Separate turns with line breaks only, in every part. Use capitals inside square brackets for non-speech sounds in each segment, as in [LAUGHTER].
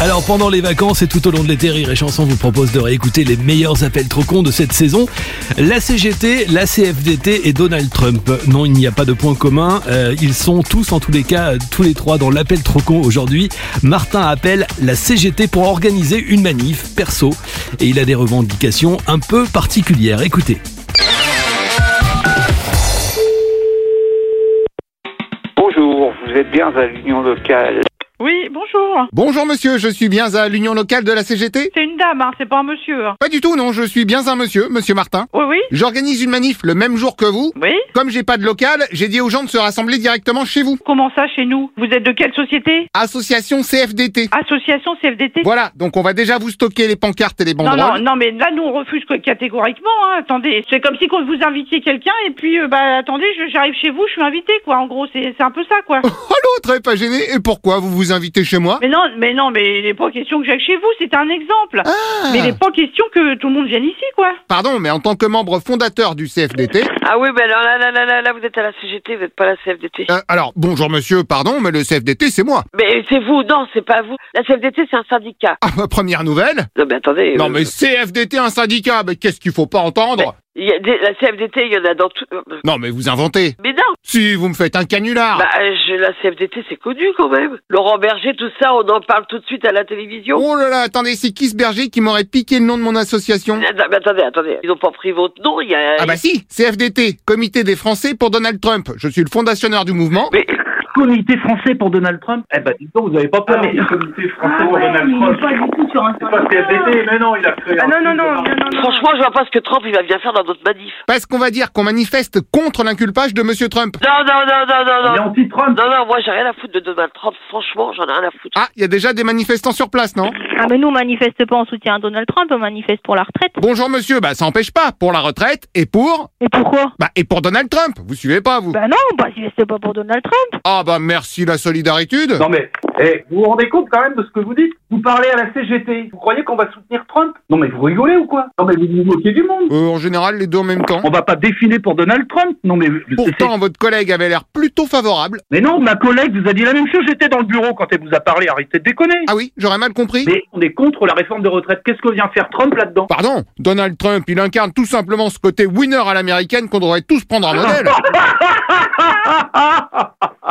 Alors pendant les vacances et tout au long de l'été, Rire et Chanson vous propose de réécouter les meilleurs appels trop cons de cette saison. La CGT, la CFDT et Donald Trump. Non, il n'y a pas de point commun. Euh, ils sont tous, en tous les cas, euh, tous les trois dans l'appel trop con aujourd'hui. Martin appelle la CGT pour organiser une manif perso et il a des revendications un peu particulières. Écoutez.
Bonjour, vous êtes bien à l'Union locale.
Oui, bonjour.
Bonjour monsieur, je suis bien à l'union locale de la CGT
C'est une dame, hein, c'est pas un monsieur. hein.
Pas du tout non, je suis bien un monsieur, monsieur Martin.
Oui, oui,
J'organise une manif le même jour que vous.
oui.
Comme j'ai pas de local, j'ai dit aux gens de se rassembler directement chez vous.
Comment ça chez nous Vous êtes de quelle société
Association CFDT.
Association CFDT
Voilà, donc on va déjà vous stocker les pancartes et les
Non,
banderoles.
non, non, mais là, nous, on refuse catégoriquement. hein. Attendez, c'est comme si quand vous invitiez quelqu'un et puis, euh, bah, attendez, je- j'arrive chez vous, je suis invité, quoi. En gros, c'est c'est un peu ça, quoi.
[LAUGHS] Oh l'autre est pas gêné, et pourquoi vous vous invitez chez moi
mais non, mais non, mais il n'est pas question que j'aille chez vous, c'est un exemple.
Ah.
Mais il n'est pas question que tout le monde vienne ici, quoi.
Pardon, mais en tant que membre fondateur du CFDT...
Ah oui, ben alors là, là, là, là, là, vous êtes à la CGT, vous n'êtes pas à la CFDT.
Euh, alors, bonjour monsieur, pardon, mais le CFDT c'est moi. [LAUGHS]
Mais c'est vous, non, c'est pas vous. La CFDT, c'est un syndicat.
Ah bah première nouvelle
Non, mais attendez.
Non
euh,
mais CFDT un syndicat, mais qu'est-ce qu'il faut pas entendre
il y a des- la CFDT, il y en a dans tout. euh,
Non mais vous inventez.
Mais non,
Si vous me faites un canular
bah, euh, je- la CFDT, c'est connu quand même. Laurent Berger, tout ça, on en parle tout de suite à la télévision.
Oh là là, attendez, c'est qui ce berger qui m'aurait piqué le nom de mon association
Mais att- mais attendez, attendez, ils n'ont pas pris votre nom, il y a.
Ah bah si, CFDT, Comité des Français pour Donald Trump. Je suis le fondationnaire du mouvement.
Mais
comité français pour Donald Trump.
Eh ben, dis donc, vous n'avez pas peur
Ah, mais-
du comité français pour Donald Trump.
pas du tout sur un
C'est pas CFDT, mais non, il a
Ah
créé un. truc de parti.
franchement, je vois pas ce que Trump, il va bien faire dans notre manif.
Parce qu'on va dire qu'on manifeste contre l'inculpage de Monsieur Trump.
Non, non, non, non, non,
Il est
non.
anti-Trump.
Non, non, moi, j'ai rien à foutre de Donald Trump. Franchement, j'en ai rien à foutre.
Ah, il y a déjà des manifestants sur place, non
Ah mais nous on manifeste pas en soutien à Donald Trump, on manifeste pour la retraite.
Bonjour monsieur, bah ça empêche pas, pour la retraite et pour...
Et pourquoi
Bah et pour Donald Trump, vous suivez pas vous
Bah non, on manifeste pas pour Donald Trump.
Ah bah merci la solidarité
Non, mais, eh, vous vous rendez compte quand même de ce que vous dites Vous parlez à la CGT. Vous croyez qu'on va soutenir Trump Non, mais vous rigolez ou quoi Non, mais vous vous moquez du monde.
Euh, en général, les deux en même temps.
On va pas défiler pour Donald Trump. Non mais c'est-
Pourtant, votre collègue avait l'air plutôt favorable.
mais non, ma collègue vous a dit la même chose. J'étais dans le bureau quand elle vous a parlé. Arrêtez de déconner.
Ah oui, j'aurais mal compris.
Mais on est contre la réforme de retraite. Qu'est-ce que vient faire Trump là-dedans
Pardon, Donald Trump, il incarne tout simplement ce côté winner à l'américaine qu'on devrait tous
[LAUGHS]
prendre en modèle.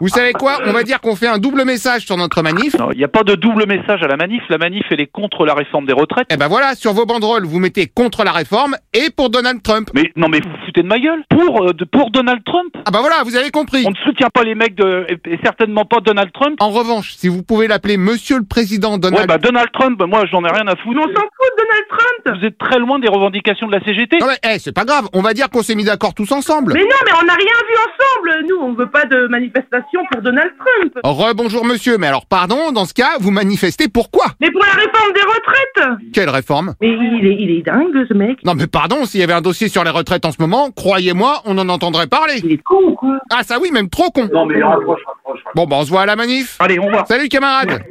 Vous savez quoi On va dire qu'on fait un double message sur notre manif.
Non, il n'y a pas de double message à la manif. La manif, elle est contre la réforme des retraites.
Eh ben voilà, sur vos banderoles, vous mettez contre la réforme et pour Donald Trump.
Mais non, mais vous vous foutez de ma gueule. Pour, euh, de- pour Donald Trump,
Ah bah voilà, vous avez compris.
on ne soutient pas les mecs de, et, et certainement pas Donald Trump.
En revanche, si vous pouvez l'appeler Monsieur le Président Donald...
Ouais, bah Donald Trump, moi j'en ai rien à foutre.
Donald Trump
Vous êtes très loin des revendications de la CGT.
Non mais, eh, c'est pas grave, on va dire qu'on s'est mis d'accord tous ensemble.
non, mais on n'a rien vu ensemble. Nous, on veut pas de manifestation pour Donald Trump.
Rebonjour monsieur, mais alors pardon, dans ce cas, vous manifestez pourquoi
Mais pour la réforme des retraites.
Quelle réforme
Mais il est, il est dingue ce mec.
Non mais pardon, s'il y avait un dossier sur les retraites en ce moment, croyez-moi, on en entendrait parler.
Il est con ou quoi
Ah ça oui, même trop con.
Non, mais rapproche, rapproche.
Bon bah on se voit à la manif.
Allez, on voit.
Salut camarades